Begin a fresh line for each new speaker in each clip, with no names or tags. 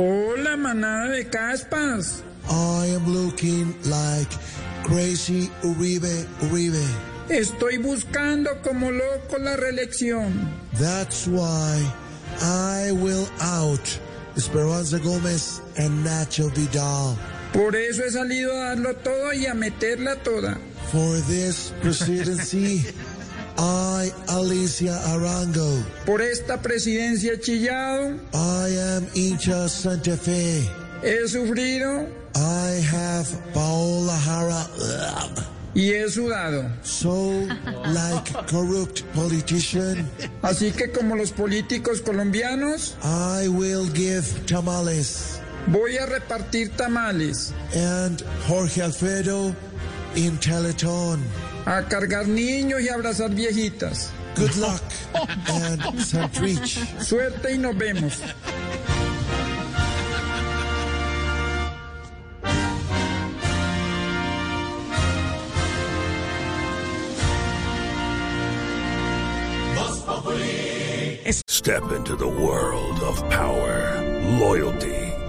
Hola, manada de caspas.
I am looking like crazy Uribe Uribe.
Estoy buscando como loco la reelección.
That's why I will out Esperanza Gomez and Nacho Vidal.
Por eso he salido a darlo todo y a meterla toda.
For this presidency, I, Alicia Arango,
Por esta presidencia he chillado,
I am Incha Santa Fe.
he sufrido
I have Paola Jara. Ugh.
y he sudado.
So like corrupt politician,
Así que como los políticos colombianos,
I will give tamales.
voy a repartir tamales,
and Jorge Alfredo in Teleton.
a cargar niños y abrazar viejitas.
Good luck and Santrich.
Suerte y nos vemos.
Step into the world of power, loyalty,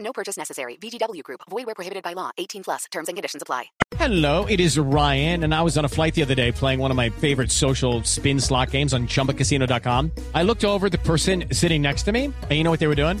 No purchase necessary. VGW Group. Void where prohibited by law. 18 plus. Terms and conditions apply.
Hello, it is Ryan, and I was on a flight the other day playing one of my favorite social spin slot games on chumbacasino.com. I looked over at the person sitting next to me, and you know what they were doing?